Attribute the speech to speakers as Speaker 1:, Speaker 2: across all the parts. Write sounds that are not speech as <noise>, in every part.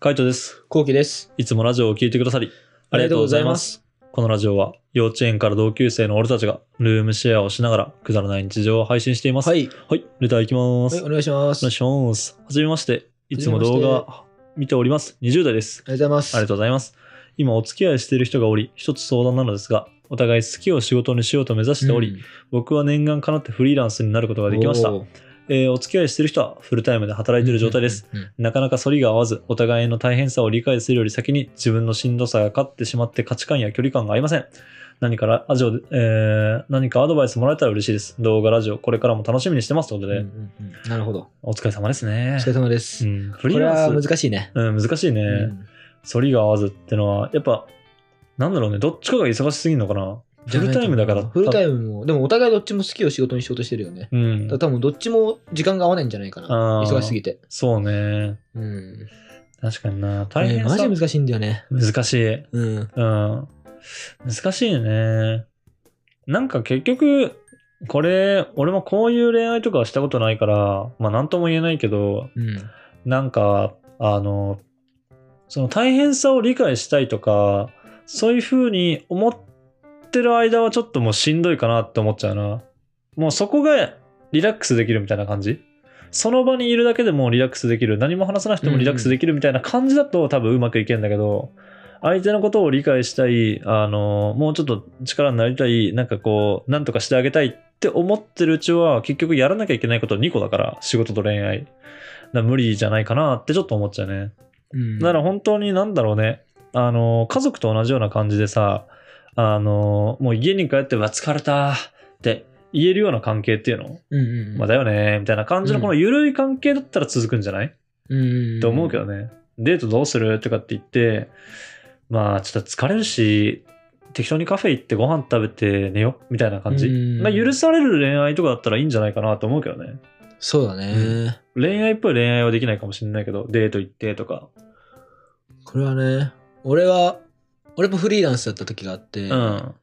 Speaker 1: カイトです。
Speaker 2: コウキです。
Speaker 1: いつもラジオを聞いてくださり、あ
Speaker 2: あ
Speaker 1: り
Speaker 2: り
Speaker 1: がとうご
Speaker 2: がとうご
Speaker 1: ざ
Speaker 2: ざ
Speaker 1: い
Speaker 2: い
Speaker 1: ま
Speaker 2: ますす。
Speaker 1: このラジオは、幼稚園から同級生の俺たちが、ルームシェアをしながら、くだらない日常を配信しています。。
Speaker 2: はいい。
Speaker 1: はい、レターいきます。
Speaker 2: はい、お
Speaker 1: お
Speaker 2: 願いします。
Speaker 1: 願
Speaker 2: あ
Speaker 1: いします。はじめまして。いつも
Speaker 2: はじ
Speaker 1: 動
Speaker 2: めまして
Speaker 1: 画見ております。20代です。
Speaker 2: りがとうございます。
Speaker 1: ありがとうございます。今、お付き合いしている人がおり、一つ相談なのですが、お互い好きを仕事にしようと目指しており、
Speaker 2: うん
Speaker 1: 僕は念願かなってフリーランスになることができました。
Speaker 2: おー
Speaker 1: えーお付き合いしている人はフルタイムで働いている状態です。。
Speaker 2: うんうんうん
Speaker 1: なかなか反りが合わず、お互いの大変さを理解するより先に自分のしんどさが勝ってしまって価値観や距離感が合いません。何かラジオで、えー何かアドバイスもらえたら嬉しいです。動画、ラジオ、これからも楽しみにしてます。ということ
Speaker 2: うん
Speaker 1: で、
Speaker 2: うんうんなるほど。
Speaker 1: お疲れ様ですね
Speaker 2: お疲。れ様です。
Speaker 1: うん、フ
Speaker 2: こ
Speaker 1: リー
Speaker 2: れ
Speaker 1: ラ
Speaker 2: は
Speaker 1: ンス、
Speaker 2: 難しいね。
Speaker 1: うん、難しいね。
Speaker 2: うん
Speaker 1: 反りが合わずってのは、やっぱ、なんだろうね、どっちかが忙しすぎるのかな。フルタイムだから。
Speaker 2: フルタ
Speaker 1: ム
Speaker 2: イムも、でもお互いどっちも好きを仕事にしようとしてるよね。
Speaker 1: うん
Speaker 2: だから。多分どっちも時間が合わないんじゃないかな。
Speaker 1: あー
Speaker 2: 忙しすぎて。
Speaker 1: そうね。
Speaker 2: うん。
Speaker 1: 確かにな。大
Speaker 2: ね
Speaker 1: 変
Speaker 2: マ
Speaker 1: さ、
Speaker 2: ジ難しいんだよね。
Speaker 1: 難しい。
Speaker 2: うん。
Speaker 1: うん。難しいね。なんか結局、これ、俺もこういう恋愛とかはしたことないから、まあなんとも言えないけど、
Speaker 2: うん。
Speaker 1: なんか、あの、その大変さを理解したいとか、そういうふうに思ってる間はちょっともうしんどいかなって思っちゃうな。もうそこがリラックスできるみたいな感じその場にいるだけでもうリラックスできる。何も話さなくてもリラックスできるみたいな感じだと多分うまくいけんだけど、相手のことを理解したい、あの、もうちょっと力になりたい、なんかこう、なんとかしてあげたいって思ってるうちは、結局やらなきゃいけないこと2個だから、仕事と恋愛。だから無理じゃないかなってちょっと思っちゃうね。
Speaker 2: うん
Speaker 1: だから本当になんだろうね、あの、家族と同じような感じでさ、あの、もう家に帰って、うわ、疲れたって言えるような関係っていうの、
Speaker 2: うんうん。
Speaker 1: まあだよね、みたいな感じの
Speaker 2: うん
Speaker 1: この緩い関係だったら続くんじゃない、
Speaker 2: うん。
Speaker 1: って思うけどね、デートどうするとかって言って、まあちょっと疲れるし、適当にカフェ行ってご飯食べて寝ようみたいな感じ。
Speaker 2: うん
Speaker 1: まあ許される恋愛とかだったらいいんじゃないかなと思うけどね。
Speaker 2: そうだね。
Speaker 1: 恋愛っぽい恋愛はできないかもしれないけど、デート行ってとか。
Speaker 2: これはね、俺は、俺もフリーランスだった時があって、
Speaker 1: うん。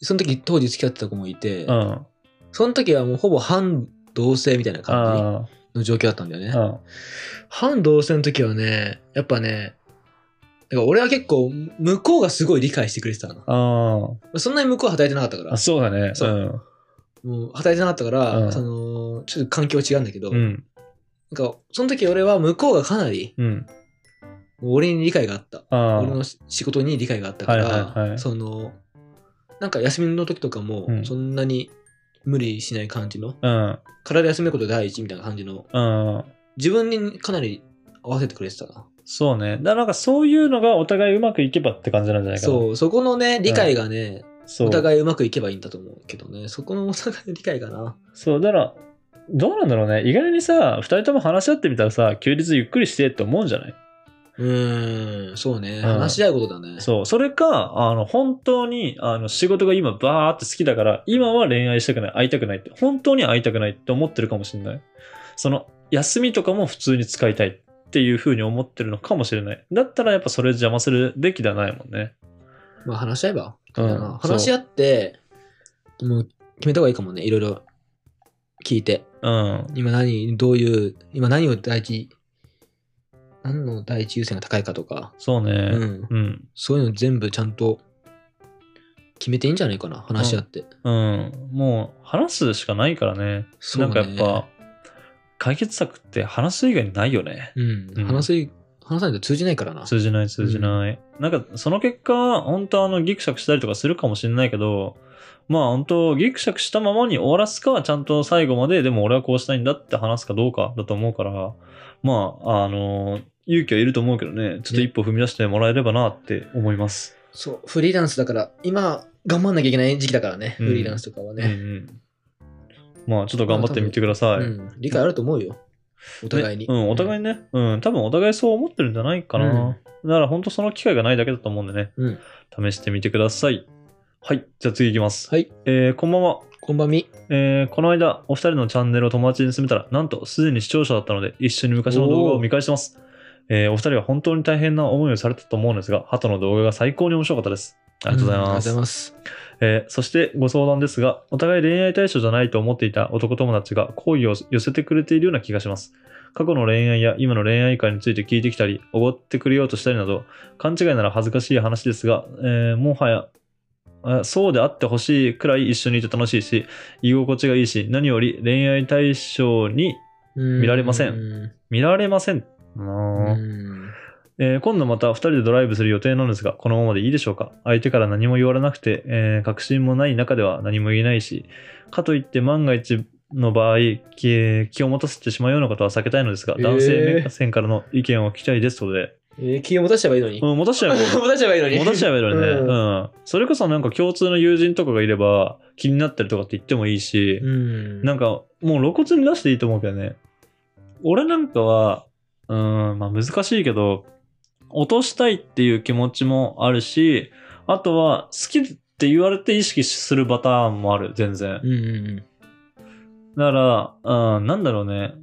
Speaker 2: その時当時付き合ってた子もいて、
Speaker 1: うん。
Speaker 2: その時はもうほぼ半同性みたいな感
Speaker 1: あ
Speaker 2: じの状況だったんだよ
Speaker 1: あ。う
Speaker 2: ね。
Speaker 1: ん。
Speaker 2: 半同性の時はね、やっぱね、だから俺は結構向こうがすごい理解してくれてたの。
Speaker 1: あ
Speaker 2: そんなに向こうは働いてなかったか
Speaker 1: あ、あ
Speaker 2: ら、
Speaker 1: そうだね。
Speaker 2: そうもう働いてなかったから、
Speaker 1: うん
Speaker 2: そのちょっと環境違うんだけど、
Speaker 1: うん。うん。
Speaker 2: なんかその時俺は向こうがかなり
Speaker 1: うん。
Speaker 2: もう俺に理解があった。
Speaker 1: あ
Speaker 2: 俺の
Speaker 1: あ。
Speaker 2: し仕事に理解があったから、
Speaker 1: はいはいはい
Speaker 2: その、なんか休みの時とかも
Speaker 1: うん
Speaker 2: そんなに無理しない感じの、
Speaker 1: うん。
Speaker 2: 体休めることが第一みたいな感じの
Speaker 1: うん。
Speaker 2: 自分にかなり合わせてくれてたな。
Speaker 1: そうね。だからなんかそういうのがお互いうまくいけばって感じなんじゃないかな。
Speaker 2: そう、そこのね、理解がね、
Speaker 1: そう。
Speaker 2: お互いうまくいけばいいんだと思うけどね、そこのお互いの理解がな。
Speaker 1: そう、だから、どうなんだろうね。意外にさ、2人とも話し合ってみたらさ、休日ゆっくりしてって思うんじゃないう
Speaker 2: ーん、そうね、
Speaker 1: ん
Speaker 2: 話し合うことだね。
Speaker 1: そう。それか、あの、本当に、あの、仕事が今バーって好きだから、今は恋愛したくない、会いたくないって、本当に会いたくないって思ってるかもしれない。その、休みとかも普通に使いたいっていう風に思ってるのかもしれない。だったらやっぱそれ邪魔するべきではないもんね。
Speaker 2: まあ話し合えば、
Speaker 1: うん
Speaker 2: だな
Speaker 1: そう
Speaker 2: 話し合って、もう決めた方がいいかもね、いろいろ聞いて。
Speaker 1: うん。
Speaker 2: 今何、どういう、今何を第一、何の第一優先が高いかとか、
Speaker 1: そうね。
Speaker 2: うん
Speaker 1: うん。
Speaker 2: そういうの全部ちゃんと決めていいんじゃないかな、話し合って。
Speaker 1: うん。もう、話すしかないからね。
Speaker 2: そうね
Speaker 1: なんかやっぱ、解決策って話す以外にないよね。
Speaker 2: うん、
Speaker 1: うん
Speaker 2: 話せ、話さないと通じないからな。
Speaker 1: 通じない通じない、なんかその結果本当あのギクシャクしたりとかするかもしれないけどまあ本当ギクシャクしたままに終わらすかちゃんと最後まででも俺はこうしたいんだって話すかどうかだと思うからまああの勇気はいると思うけどねちょっと一歩踏み出してもらえればなって思います、
Speaker 2: そう、フリーランスだから、今、頑張んなきゃいけない時期だからね、
Speaker 1: うん
Speaker 2: フリーランスとかは
Speaker 1: うん
Speaker 2: ね。
Speaker 1: うんまあちょっと頑張ってみてください、
Speaker 2: うん理解あると思うよ、お
Speaker 1: お
Speaker 2: 互いに。
Speaker 1: うん、お互いにね。うん、多分お互いそう思ってるんじゃないかな。だから本当その機会がないだけだと思うんでね。
Speaker 2: うん
Speaker 1: 試してみてください。はい、じゃあ次いきます。
Speaker 2: はい、
Speaker 1: えー、こんばんは。
Speaker 2: こんばんみ。
Speaker 1: えー、この間、お二人のチャンネルを友達に勧めたら、なんとすでに視聴者だったので、一緒に昔の動画を見返してます。えー、お二人は本当に大変な思いをされたと思うんですが、鳩の動画が最高に面白かったです。ありがとうござい
Speaker 2: んありがとう
Speaker 1: ま
Speaker 2: ご
Speaker 1: す
Speaker 2: ざい。ます。
Speaker 1: えーそしてご相談ですが、お互い恋愛対象じゃないと思っていた男友達が好意を寄せてくれているような気がします。過去の恋愛や今の恋愛観について聞いてきたり、おごってくれようとしたりなど、勘違いなら恥ずかしい話ですが、えーもはや、あそうであってほしいくらい一緒にいて楽しいし、居心地がいいし、何より恋愛対象に
Speaker 2: 見
Speaker 1: 見られません
Speaker 2: ん。
Speaker 1: 見られません。なあ
Speaker 2: うん
Speaker 1: えー今度また2人でドライブする予定なんですが、このままでいいでしょうか相手から何も言われなくて、えー確信もない中では何も言えないし、かといって万が一の場合、気気を持たせてしまうようなことは避けたいのですが、
Speaker 2: えー
Speaker 1: 男性目線からの意見を聞きたいですというこ
Speaker 2: えー気を持たせればいいのに
Speaker 1: と。で、うん、持たせちゃえばいい
Speaker 2: <laughs> 持たせればいいのに。
Speaker 1: 持たせちゃえばいいのにね、
Speaker 2: う
Speaker 1: うんんそれこそなんか共通の友人とかがいれば気になったりとかって言ってもいいし、
Speaker 2: うん。
Speaker 1: なんかもう露骨に出していいと思うけどね。俺なんかは、うーん、まあ難しいけど、落としたいっていう気持ちもあるし、あとは好きって言われて意識するパターンもある、全然
Speaker 2: う。んうん
Speaker 1: だから、うん、なんだろうね。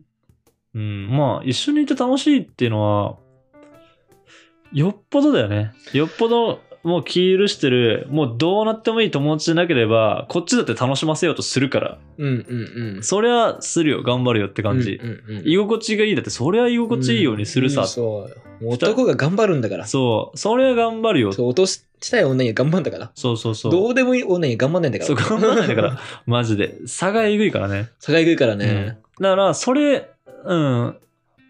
Speaker 1: うん、まあ一緒にいて楽しいっていうのは、よっぽどだよね。よっぽどもう気許してる、もうどうなってもいい友達じゃなければ、こっちだって楽しませようとするから。
Speaker 2: うん。うんうんうん。
Speaker 1: そりゃするよ、頑張るよって感じ。
Speaker 2: うんうんうん
Speaker 1: 居心地がいいだって、そりゃ居心地いいようにするさ。
Speaker 2: うんそう。もう男が頑張るんだから。
Speaker 1: そ
Speaker 2: そ
Speaker 1: う、そりゃ頑張るよ。そう
Speaker 2: う、落としたい女には頑張るんだから。
Speaker 1: そうそう
Speaker 2: どうでもいい女には頑張んないんだから。
Speaker 1: そう、頑張らないんだから。、 <laughs> マジで。差がえぐいからね。
Speaker 2: 境食いから
Speaker 1: うん
Speaker 2: ね。
Speaker 1: だから、それ、うん。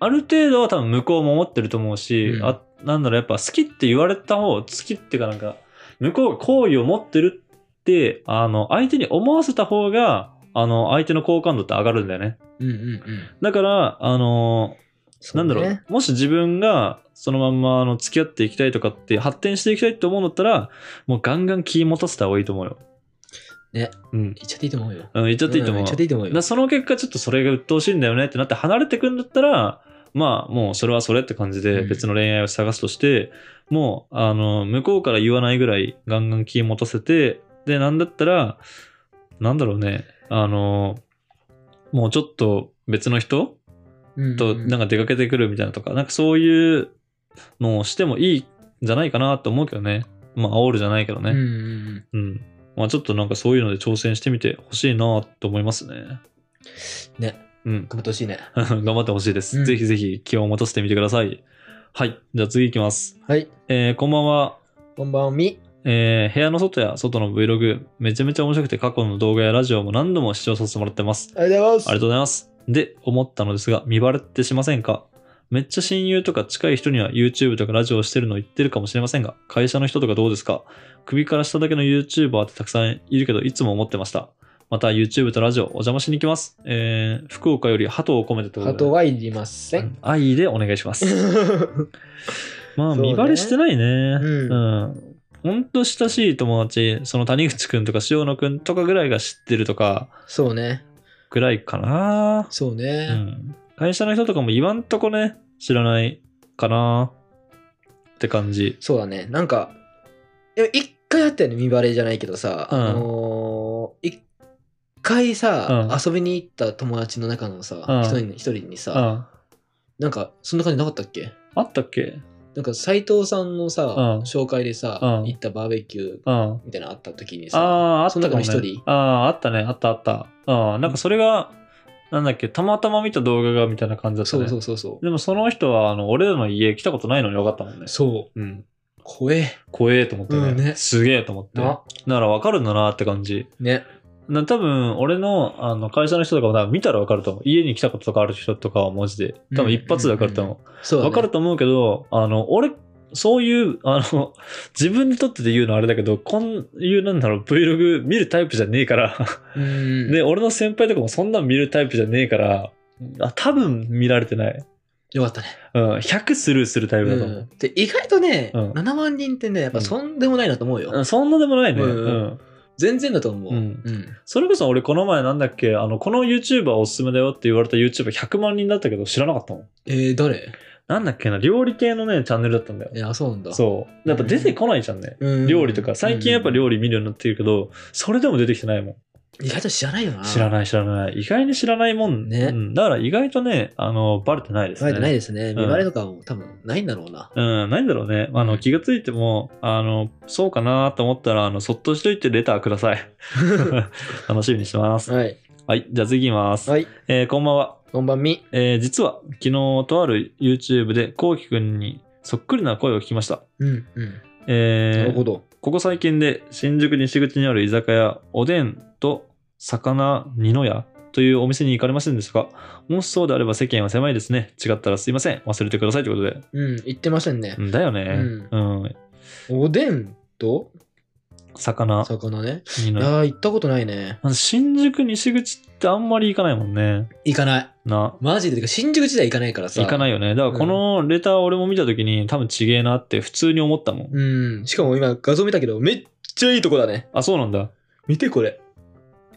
Speaker 1: ある程度は多分向こうも思ってると思うし、
Speaker 2: うん
Speaker 1: あなんだろう、やっぱ好きって言われた方、好きっていうかなんか、向こうが好意を持ってるって、あの、相手に思わせた方が、あの、相手の好感度って上がるんだよね。
Speaker 2: うんうんうん。
Speaker 1: だから、あの
Speaker 2: そ
Speaker 1: なんだろう、
Speaker 2: ね
Speaker 1: もし自分がそのまんまあの付き合っていきたいとかって発展していきたいと思うんだったら、もうガンガン気持たせた方がいいと思うよ。
Speaker 2: ね。
Speaker 1: うん。
Speaker 2: 言っちゃっていいと思うよ。
Speaker 1: うん、言っちゃっていいと思う。
Speaker 2: ん言っちゃっていいと思う
Speaker 1: だ
Speaker 2: よ
Speaker 1: から。その結果、ちょっとそれが鬱陶しいんだよねってなって離れてくんだったら、まあもうそれはそれって感じで
Speaker 2: うん
Speaker 1: 別の恋愛を探すとして、もうあの向こうから言わないぐらいガンガン気持たせて、で、なんだったら、なんだろうね、あの、もうちょっと別の人となん
Speaker 2: か、
Speaker 1: か出かけてくるみたいなとか、なんかそういうのをしてもいいんじゃないかなと思うけどね。まあ、煽るじゃないけど
Speaker 2: うんうん
Speaker 1: ね。
Speaker 2: うん。
Speaker 1: うん。まあ、ちょっとなんかそういうので挑戦してみてほしいなと思いますね。
Speaker 2: ね。
Speaker 1: うん。 <laughs>
Speaker 2: 頑張ってほしいね。
Speaker 1: 頑張ってほしいです。
Speaker 2: うん
Speaker 1: ぜひぜひ気を持たせてみてください。はい。じゃあ次いきます。
Speaker 2: はい。
Speaker 1: えー、こんばんは。
Speaker 2: こんばんは、み。
Speaker 1: えー部屋の外や外の Vlog、めちゃめちゃ面白くて過去の動画やラジオも何度も視聴させてもらってます。
Speaker 2: ありがとうござ
Speaker 1: ありがとう
Speaker 2: い
Speaker 1: ございます。で、思ったのですが、見バレってしませんかめっちゃ親友とか近い人には YouTube とかラジオをしてるの言ってるかもしれませんが、会社の人とかどうですか首から下だけの YouTuber ってたくさんいるけど、いつも思ってました。また YouTube とラジオお邪魔しに来ます。えー、福岡より鳩を込めてって
Speaker 2: ま
Speaker 1: こ
Speaker 2: す。
Speaker 1: とで
Speaker 2: ハトはいりませ。
Speaker 1: うんん愛でお願いし
Speaker 2: <laughs>
Speaker 1: ます。まあ、
Speaker 2: そうね
Speaker 1: 見バレしてないね。
Speaker 2: ん
Speaker 1: うん。ほんと親しい友達、その谷口くんとか塩野くんとかぐらいが知ってるとか
Speaker 2: そうね。
Speaker 1: ぐらいかな。
Speaker 2: そう
Speaker 1: う
Speaker 2: ね。
Speaker 1: ん、会社の人とかも今んとこね知らないかなって感じ
Speaker 2: そうだね。なんか、いや一回あったよね、見バレじゃないけどさ、
Speaker 1: うん
Speaker 2: あのー一回さ、
Speaker 1: うん
Speaker 2: 遊びに行った友達の中のさ、
Speaker 1: うん
Speaker 2: 一人に一人に
Speaker 1: うん
Speaker 2: さ、
Speaker 1: あ
Speaker 2: なんか、そんな感じなかったっけ
Speaker 1: ったっけ
Speaker 2: なんか、斎藤さんのさ、
Speaker 1: うん
Speaker 2: 紹介でさ、
Speaker 1: うん
Speaker 2: 行ったバーベキュー
Speaker 1: うん
Speaker 2: みたいなのあった時に
Speaker 1: あ
Speaker 2: さ、
Speaker 1: ああったかも、ね、
Speaker 2: その中の一人
Speaker 1: あああったねあったあったうんなんかそれがなんだっけたまたま見た動画がみたいな感じだった
Speaker 2: そ
Speaker 1: ね
Speaker 2: うそうそうそう。
Speaker 1: でもその人はあの俺らの家来たことないのに分かったもんね
Speaker 2: そう。
Speaker 1: うん
Speaker 2: 怖え。
Speaker 1: 怖えと思ってね,、
Speaker 2: うんね
Speaker 1: すげえと思ってだ
Speaker 2: な
Speaker 1: から分かるんだなって感じ
Speaker 2: ね。
Speaker 1: な多分俺のあの会社の人とかも多分見たら分かると思う家に来たこととかある人とかはマジで多分一発で分かると思う、
Speaker 2: そうだね。
Speaker 1: わかると思うけど、あの、俺、そういう、あの、自分にとってで言うのはあれだけど、こんいう、なんだろう、Vlog 見るタイプじゃねえから、
Speaker 2: うん。
Speaker 1: で、俺の先輩とかもそんなん見るタイプじゃねえから、あ多分見られてない。
Speaker 2: よかったね。
Speaker 1: うん、100スルーするタイプだと思う。
Speaker 2: で意外とね、
Speaker 1: うん
Speaker 2: 7万人ってねやっぱそんでもないなと思うよ、
Speaker 1: うんそんなでもないね。う
Speaker 2: うん
Speaker 1: ん。
Speaker 2: 全然だと思う
Speaker 1: う
Speaker 2: うんん、
Speaker 1: それこそ俺この前なんだっけ、あの、この YouTuber おすすめだよって言われた YouTuber100 万人だったけど知らなかったもん。
Speaker 2: えー、誰
Speaker 1: なんだっけな、料理系のね、チャンネルだったんだよ
Speaker 2: い。やそうなんだ
Speaker 1: そう。やっぱ出てこないじゃんね。
Speaker 2: うん、
Speaker 1: 料理とか最近やっぱ料理見るようになってるけど、それでも出てきてないもん
Speaker 2: 理、意外と知らないよな
Speaker 1: 知ら
Speaker 2: い
Speaker 1: ない知らない意外に知らないもん
Speaker 2: ね
Speaker 1: うん、だから意外とねあのバレてないです
Speaker 2: 知
Speaker 1: ね
Speaker 2: らないですね
Speaker 1: ん
Speaker 2: 見バレとかも多分ないんだろうな、
Speaker 1: うん、ないんだろうね。あの、気がついても、あの、そうかなと思ったら、あの、そっとしといて <laughs> レターく
Speaker 2: <laughs>
Speaker 1: ださい。楽しみにしてます。
Speaker 2: はい
Speaker 1: はい、じゃあ次いきます。
Speaker 2: はい
Speaker 1: えーこんばんは。
Speaker 2: こんばんみ。
Speaker 1: えー実は昨日とある YouTube でこうきくんにそっくりな声を聞きました。
Speaker 2: うんうん。な
Speaker 1: え
Speaker 2: る
Speaker 1: ー
Speaker 2: ほど。
Speaker 1: ここ最近で新宿西口にある居酒屋おでんと魚二の屋というお店に行かれませんでしたかもしそうであれば世間は狭いですね。違ったらすいません。忘れてくださいということで。
Speaker 2: うん、言ってませんね
Speaker 1: う。んだよね。うん。
Speaker 2: おでんと
Speaker 1: 魚
Speaker 2: 魚ね。
Speaker 1: 二の屋。
Speaker 2: ああ、行ったことないね。
Speaker 1: まず新宿西口ってあんまり行かないもんね。
Speaker 2: 行かない。
Speaker 1: な。
Speaker 2: マジで。てか新宿時代行かないからさ。。
Speaker 1: 行かないいよね。だからこのレター俺も見た時に多分ちげえなって普通に思ったもん。
Speaker 2: うん。しかも今画像見たけど、めっちゃいいとこだね。
Speaker 1: あ、そうなんだ。
Speaker 2: 見てこれ。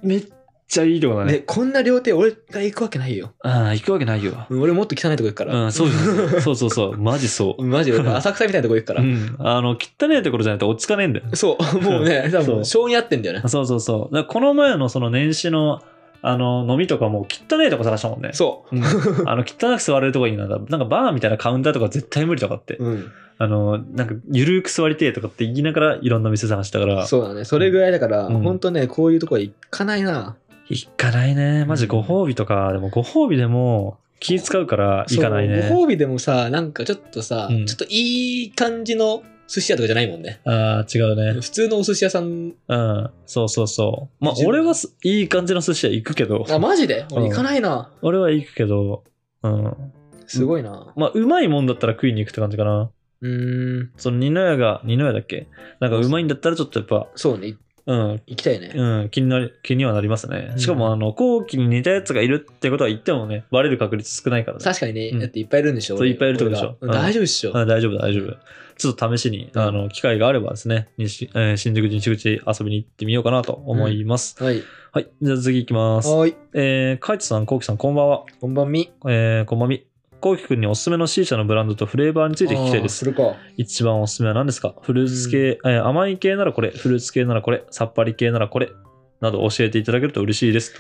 Speaker 1: めっちゃいいとこだね。
Speaker 2: ね、こんな料亭俺が行くわけないよ。
Speaker 1: ああ、行くわけないよ。
Speaker 2: うん俺もっと汚いとこ行くか
Speaker 1: う
Speaker 2: ら。
Speaker 1: ん、そうじゃんそうそうそう。マジそう。
Speaker 2: マジ俺浅草みたいなとこ行くか
Speaker 1: う
Speaker 2: ら。
Speaker 1: ん。あの、汚いところじゃないと落ち着かねえんだよ。
Speaker 2: そう、もうね、多
Speaker 1: そ
Speaker 2: 分、
Speaker 1: う
Speaker 2: 性に合ってんだよね。
Speaker 1: そうそうそう。だからこの前のその年始の、あの、飲みとかも汚いとこ探したもんね。
Speaker 2: そ
Speaker 1: うん。あの、汚く座れるとこいいな。なんかバーみたいなカウンターとか絶対無理とかって。
Speaker 2: う。うん。
Speaker 1: あの、なんか、ゆるく座りてえとかって言いながらいろんな店探したから。
Speaker 2: そうだね。それぐらいだから、
Speaker 1: うん
Speaker 2: ほんとね、こういうとこは行かないな。
Speaker 1: 行かないね。マジ
Speaker 2: うん
Speaker 1: ご褒美とか、でもご褒美でも気使うから行かないね。
Speaker 2: そうご褒美でもさ、なんかちょっとさ、
Speaker 1: うん
Speaker 2: ちょっといい感じの寿司屋とかじゃないもんね。
Speaker 1: ああ、違うね
Speaker 2: 普。通のお寿司屋さん、
Speaker 1: うん。そうそうそう。まあ
Speaker 2: 自、分
Speaker 1: 俺はすいい感じの寿司屋行くけど、
Speaker 2: あ、マジで
Speaker 1: うん
Speaker 2: 俺行かないな。
Speaker 1: 俺は行くけど、うん。
Speaker 2: すごいな。
Speaker 1: まあ、うまいもんだったら食いに行くって感じかな。
Speaker 2: うーん、
Speaker 1: その、二の矢が、二の矢だっけなんかうまいんだったらちょっとやっぱ、
Speaker 2: そうね、い
Speaker 1: うん、
Speaker 2: 行きたいね。
Speaker 1: うん、気になり、気にはなりますね。しか
Speaker 2: う
Speaker 1: も、
Speaker 2: ん
Speaker 1: あの、後期に似たやつがいるってことは言ってもね、バレる確率少ないからね。
Speaker 2: 確かにね、
Speaker 1: うん
Speaker 2: だっていっぱいいるんでしょ
Speaker 1: そういっぱいいるとこでしょ
Speaker 2: 俺ら
Speaker 1: うん
Speaker 2: 大丈夫っしょ。
Speaker 1: あ大丈夫、大丈夫。ちょっと試しに、
Speaker 2: うん
Speaker 1: あの、機会があればですね、西えー新宿西口遊びに行ってみようかなと思います。
Speaker 2: はい。
Speaker 1: はい、じゃあ次行きます。
Speaker 2: はーい。
Speaker 1: えー、カイトさん、コウキさん、こんばんは。
Speaker 2: こんばんみ。
Speaker 1: えー、こんばんみ。コウキくんにおすすめの C 社のブランドとフレーバーについて聞きたいで
Speaker 2: あーす
Speaker 1: す。
Speaker 2: るか。
Speaker 1: 一番おすすめは何ですかフルーツ系、えー甘い系ならこれ、フルーツ系ならこれ、さっぱり系ならこれ、など教えていただけると嬉しいです。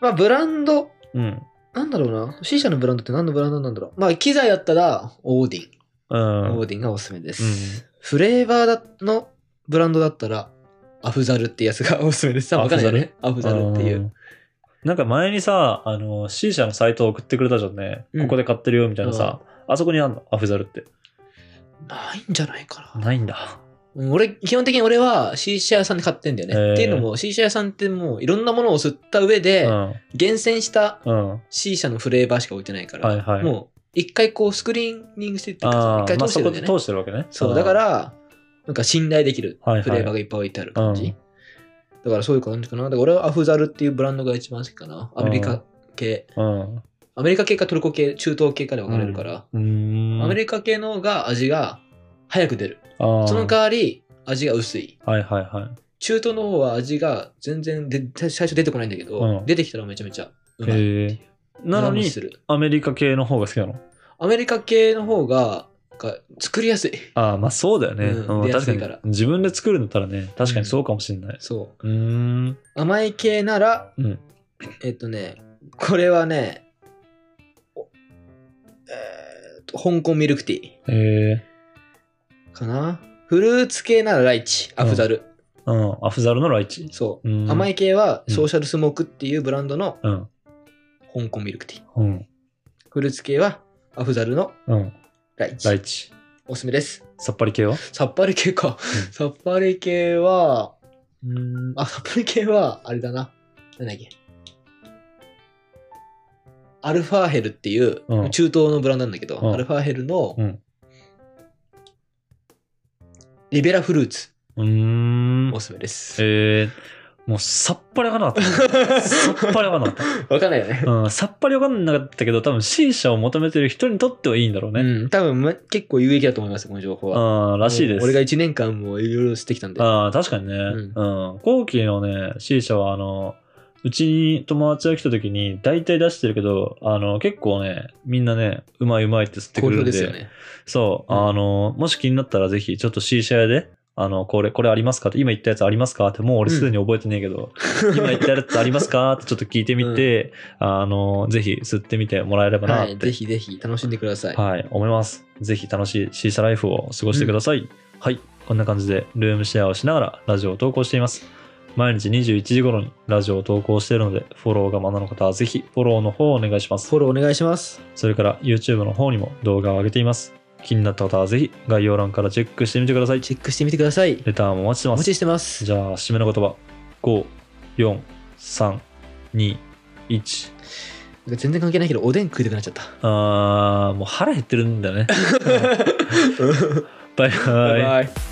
Speaker 2: まあ、ブランド、
Speaker 1: うん。
Speaker 2: なんだろうな。C 社のブランドって何のブランドなんだろう。まあ、機材だったら、オーディン。
Speaker 1: うん。
Speaker 2: オーディンがおすすめです。
Speaker 1: うん
Speaker 2: フレーバーだのブランドだったら、アフザルってやつがおすすめです。多分わかんないよね。アフザルってい
Speaker 1: あー
Speaker 2: う。。
Speaker 1: なんか前にさ、あの、C 社のサイトを送ってくれたじゃんね。
Speaker 2: うん
Speaker 1: ここで買ってるよみたいなさ、あそこにあんの、アフザルって。
Speaker 2: ないんじゃないかな。
Speaker 1: ないんだ。
Speaker 2: うん俺、基本的に俺は C 社屋さんで買ってんだよね。
Speaker 1: へー
Speaker 2: っていうのも C 社屋さんってもういろんなものを吸った上で、
Speaker 1: うん。
Speaker 2: 厳選した
Speaker 1: うん。
Speaker 2: C 社のフレーバーしか置いてないから、
Speaker 1: はいはい
Speaker 2: もう一回こうスクリーニングしてっていう
Speaker 1: あ
Speaker 2: か
Speaker 1: あ
Speaker 2: 一回
Speaker 1: ー、まあ
Speaker 2: 通し
Speaker 1: そ
Speaker 2: てる
Speaker 1: こ
Speaker 2: んだ
Speaker 1: で
Speaker 2: よね。
Speaker 1: 通してるわけね。
Speaker 2: そう、
Speaker 1: ん
Speaker 2: だか、ら、なんか信頼できる
Speaker 1: はいはい
Speaker 2: フレーバーがいっぱい置いてある感じ。
Speaker 1: うん
Speaker 2: だからそういう感じかな。だから俺はアフザルっていうブランドが一番好きかな。アメリカ系。
Speaker 1: うん。う
Speaker 2: アメリカ系かトルコ系、中東系かで分かれるから、
Speaker 1: ーん。
Speaker 2: アメリカ系の方が味が早く出る。
Speaker 1: カ
Speaker 2: その代わり、味が薄い。
Speaker 1: はいはいはい。
Speaker 2: 中東の方は味が全然で最初出てこないんだけど、
Speaker 1: うん
Speaker 2: 出てきたらめちゃめちゃうまいっていう。
Speaker 1: なの
Speaker 2: 長持
Speaker 1: に
Speaker 2: ち、する
Speaker 1: アメリカ系の方が好きなの。
Speaker 2: アメリカ系の方がが作りやすい。
Speaker 1: ああ、まあそうだよね。
Speaker 2: う
Speaker 1: う
Speaker 2: ん
Speaker 1: ん
Speaker 2: 出や
Speaker 1: 確
Speaker 2: す
Speaker 1: か
Speaker 2: い
Speaker 1: に
Speaker 2: から。
Speaker 1: 自分で作るんだったらね、確かに <laughs> そうかもしれない。
Speaker 2: そ
Speaker 1: う
Speaker 2: う。
Speaker 1: ーん。
Speaker 2: 甘い系なら、
Speaker 1: うん
Speaker 2: えっとね、これはね、おえーっと、香港ミルクティ
Speaker 1: へえ。
Speaker 2: ーかな。フルーツ系ならライチ、アフザル。
Speaker 1: うん。アフザルのライチ。
Speaker 2: そう。
Speaker 1: うん
Speaker 2: 甘い系は
Speaker 1: うん
Speaker 2: ソーシャルスモークっていうブランドの
Speaker 1: うん。
Speaker 2: 香港ミルクティー。
Speaker 1: うん。
Speaker 2: フルーツ系はアフザルの
Speaker 1: うん。
Speaker 2: ライチ。
Speaker 1: ライチ。
Speaker 2: おすすめです。
Speaker 1: さっぱり系は
Speaker 2: さっぱり系か。
Speaker 1: ん
Speaker 2: さっぱり系は、うーん、あ、さっぱり系は、あれだな。なんだっけ。アルファヘルっていう、
Speaker 1: うん
Speaker 2: 中東のブランドなんだけど、
Speaker 1: うん
Speaker 2: アルファヘルの、
Speaker 1: うん
Speaker 2: リベラフルーツ、
Speaker 1: うーん
Speaker 2: お。すすめです。
Speaker 1: えー、もうさっぱりわかんなかっ
Speaker 2: <laughs>
Speaker 1: た。さっぱりわかんなかっ
Speaker 2: わかんないよね
Speaker 1: た。。うん、さっぱりわかんなかったけど、多分 C 社を求めてる人にとってはいいんだろうね。
Speaker 2: うん、多分ま結構有益だと思います、この情報は。
Speaker 1: ああ、らしいで
Speaker 2: も
Speaker 1: す。
Speaker 2: う俺が1年間もういろいろしてきたんで。
Speaker 1: ああ、確かにね。
Speaker 2: う
Speaker 1: うん。後期のね、C 社は、あの、うちに友達が来た時に、大体出してるけど、あの、結構ね、みんなね、うまいうまいって吸ってく
Speaker 2: 好
Speaker 1: れる
Speaker 2: 評
Speaker 1: んで。
Speaker 2: ですよね。
Speaker 1: そう、
Speaker 2: うん
Speaker 1: あの、もし気になったらぜひ、ちょっと C 社屋で、あの、これ、これありますかって、今言ったやつありますかって、もう俺すでに覚えてねえけど、今言ったやつありますかってちょっと聞いてみて、
Speaker 2: <laughs>
Speaker 1: あの、ぜひ吸ってみてもらえればな
Speaker 2: は
Speaker 1: って、
Speaker 2: い、ぜひぜひ楽しんでください。
Speaker 1: はい、思います。ぜひ楽しい C 社ライフを過ごしてください。はい、こんな感じでルームシェアをしながらラジオを投稿しています。毎日21時頃にラジオを投稿しているので、フォローがまだの方はぜひフォローの方をお願いします
Speaker 2: フ。ォローお願いします。
Speaker 1: それから YouTube の方にも動画を上げています。気になった方はぜひ概要欄からチェックしてみてください。
Speaker 2: チェックしてみてください。
Speaker 1: レターもお待ちして
Speaker 2: お
Speaker 1: ます
Speaker 2: 待ち。してます。
Speaker 1: じゃあ、締めの言葉。5、4、3、2、1。
Speaker 2: なんか全然関係ないけど、おでん食いたくなっちゃった。
Speaker 1: あー、もう腹減ってるんだよね。バイバイ。
Speaker 2: バイバイ。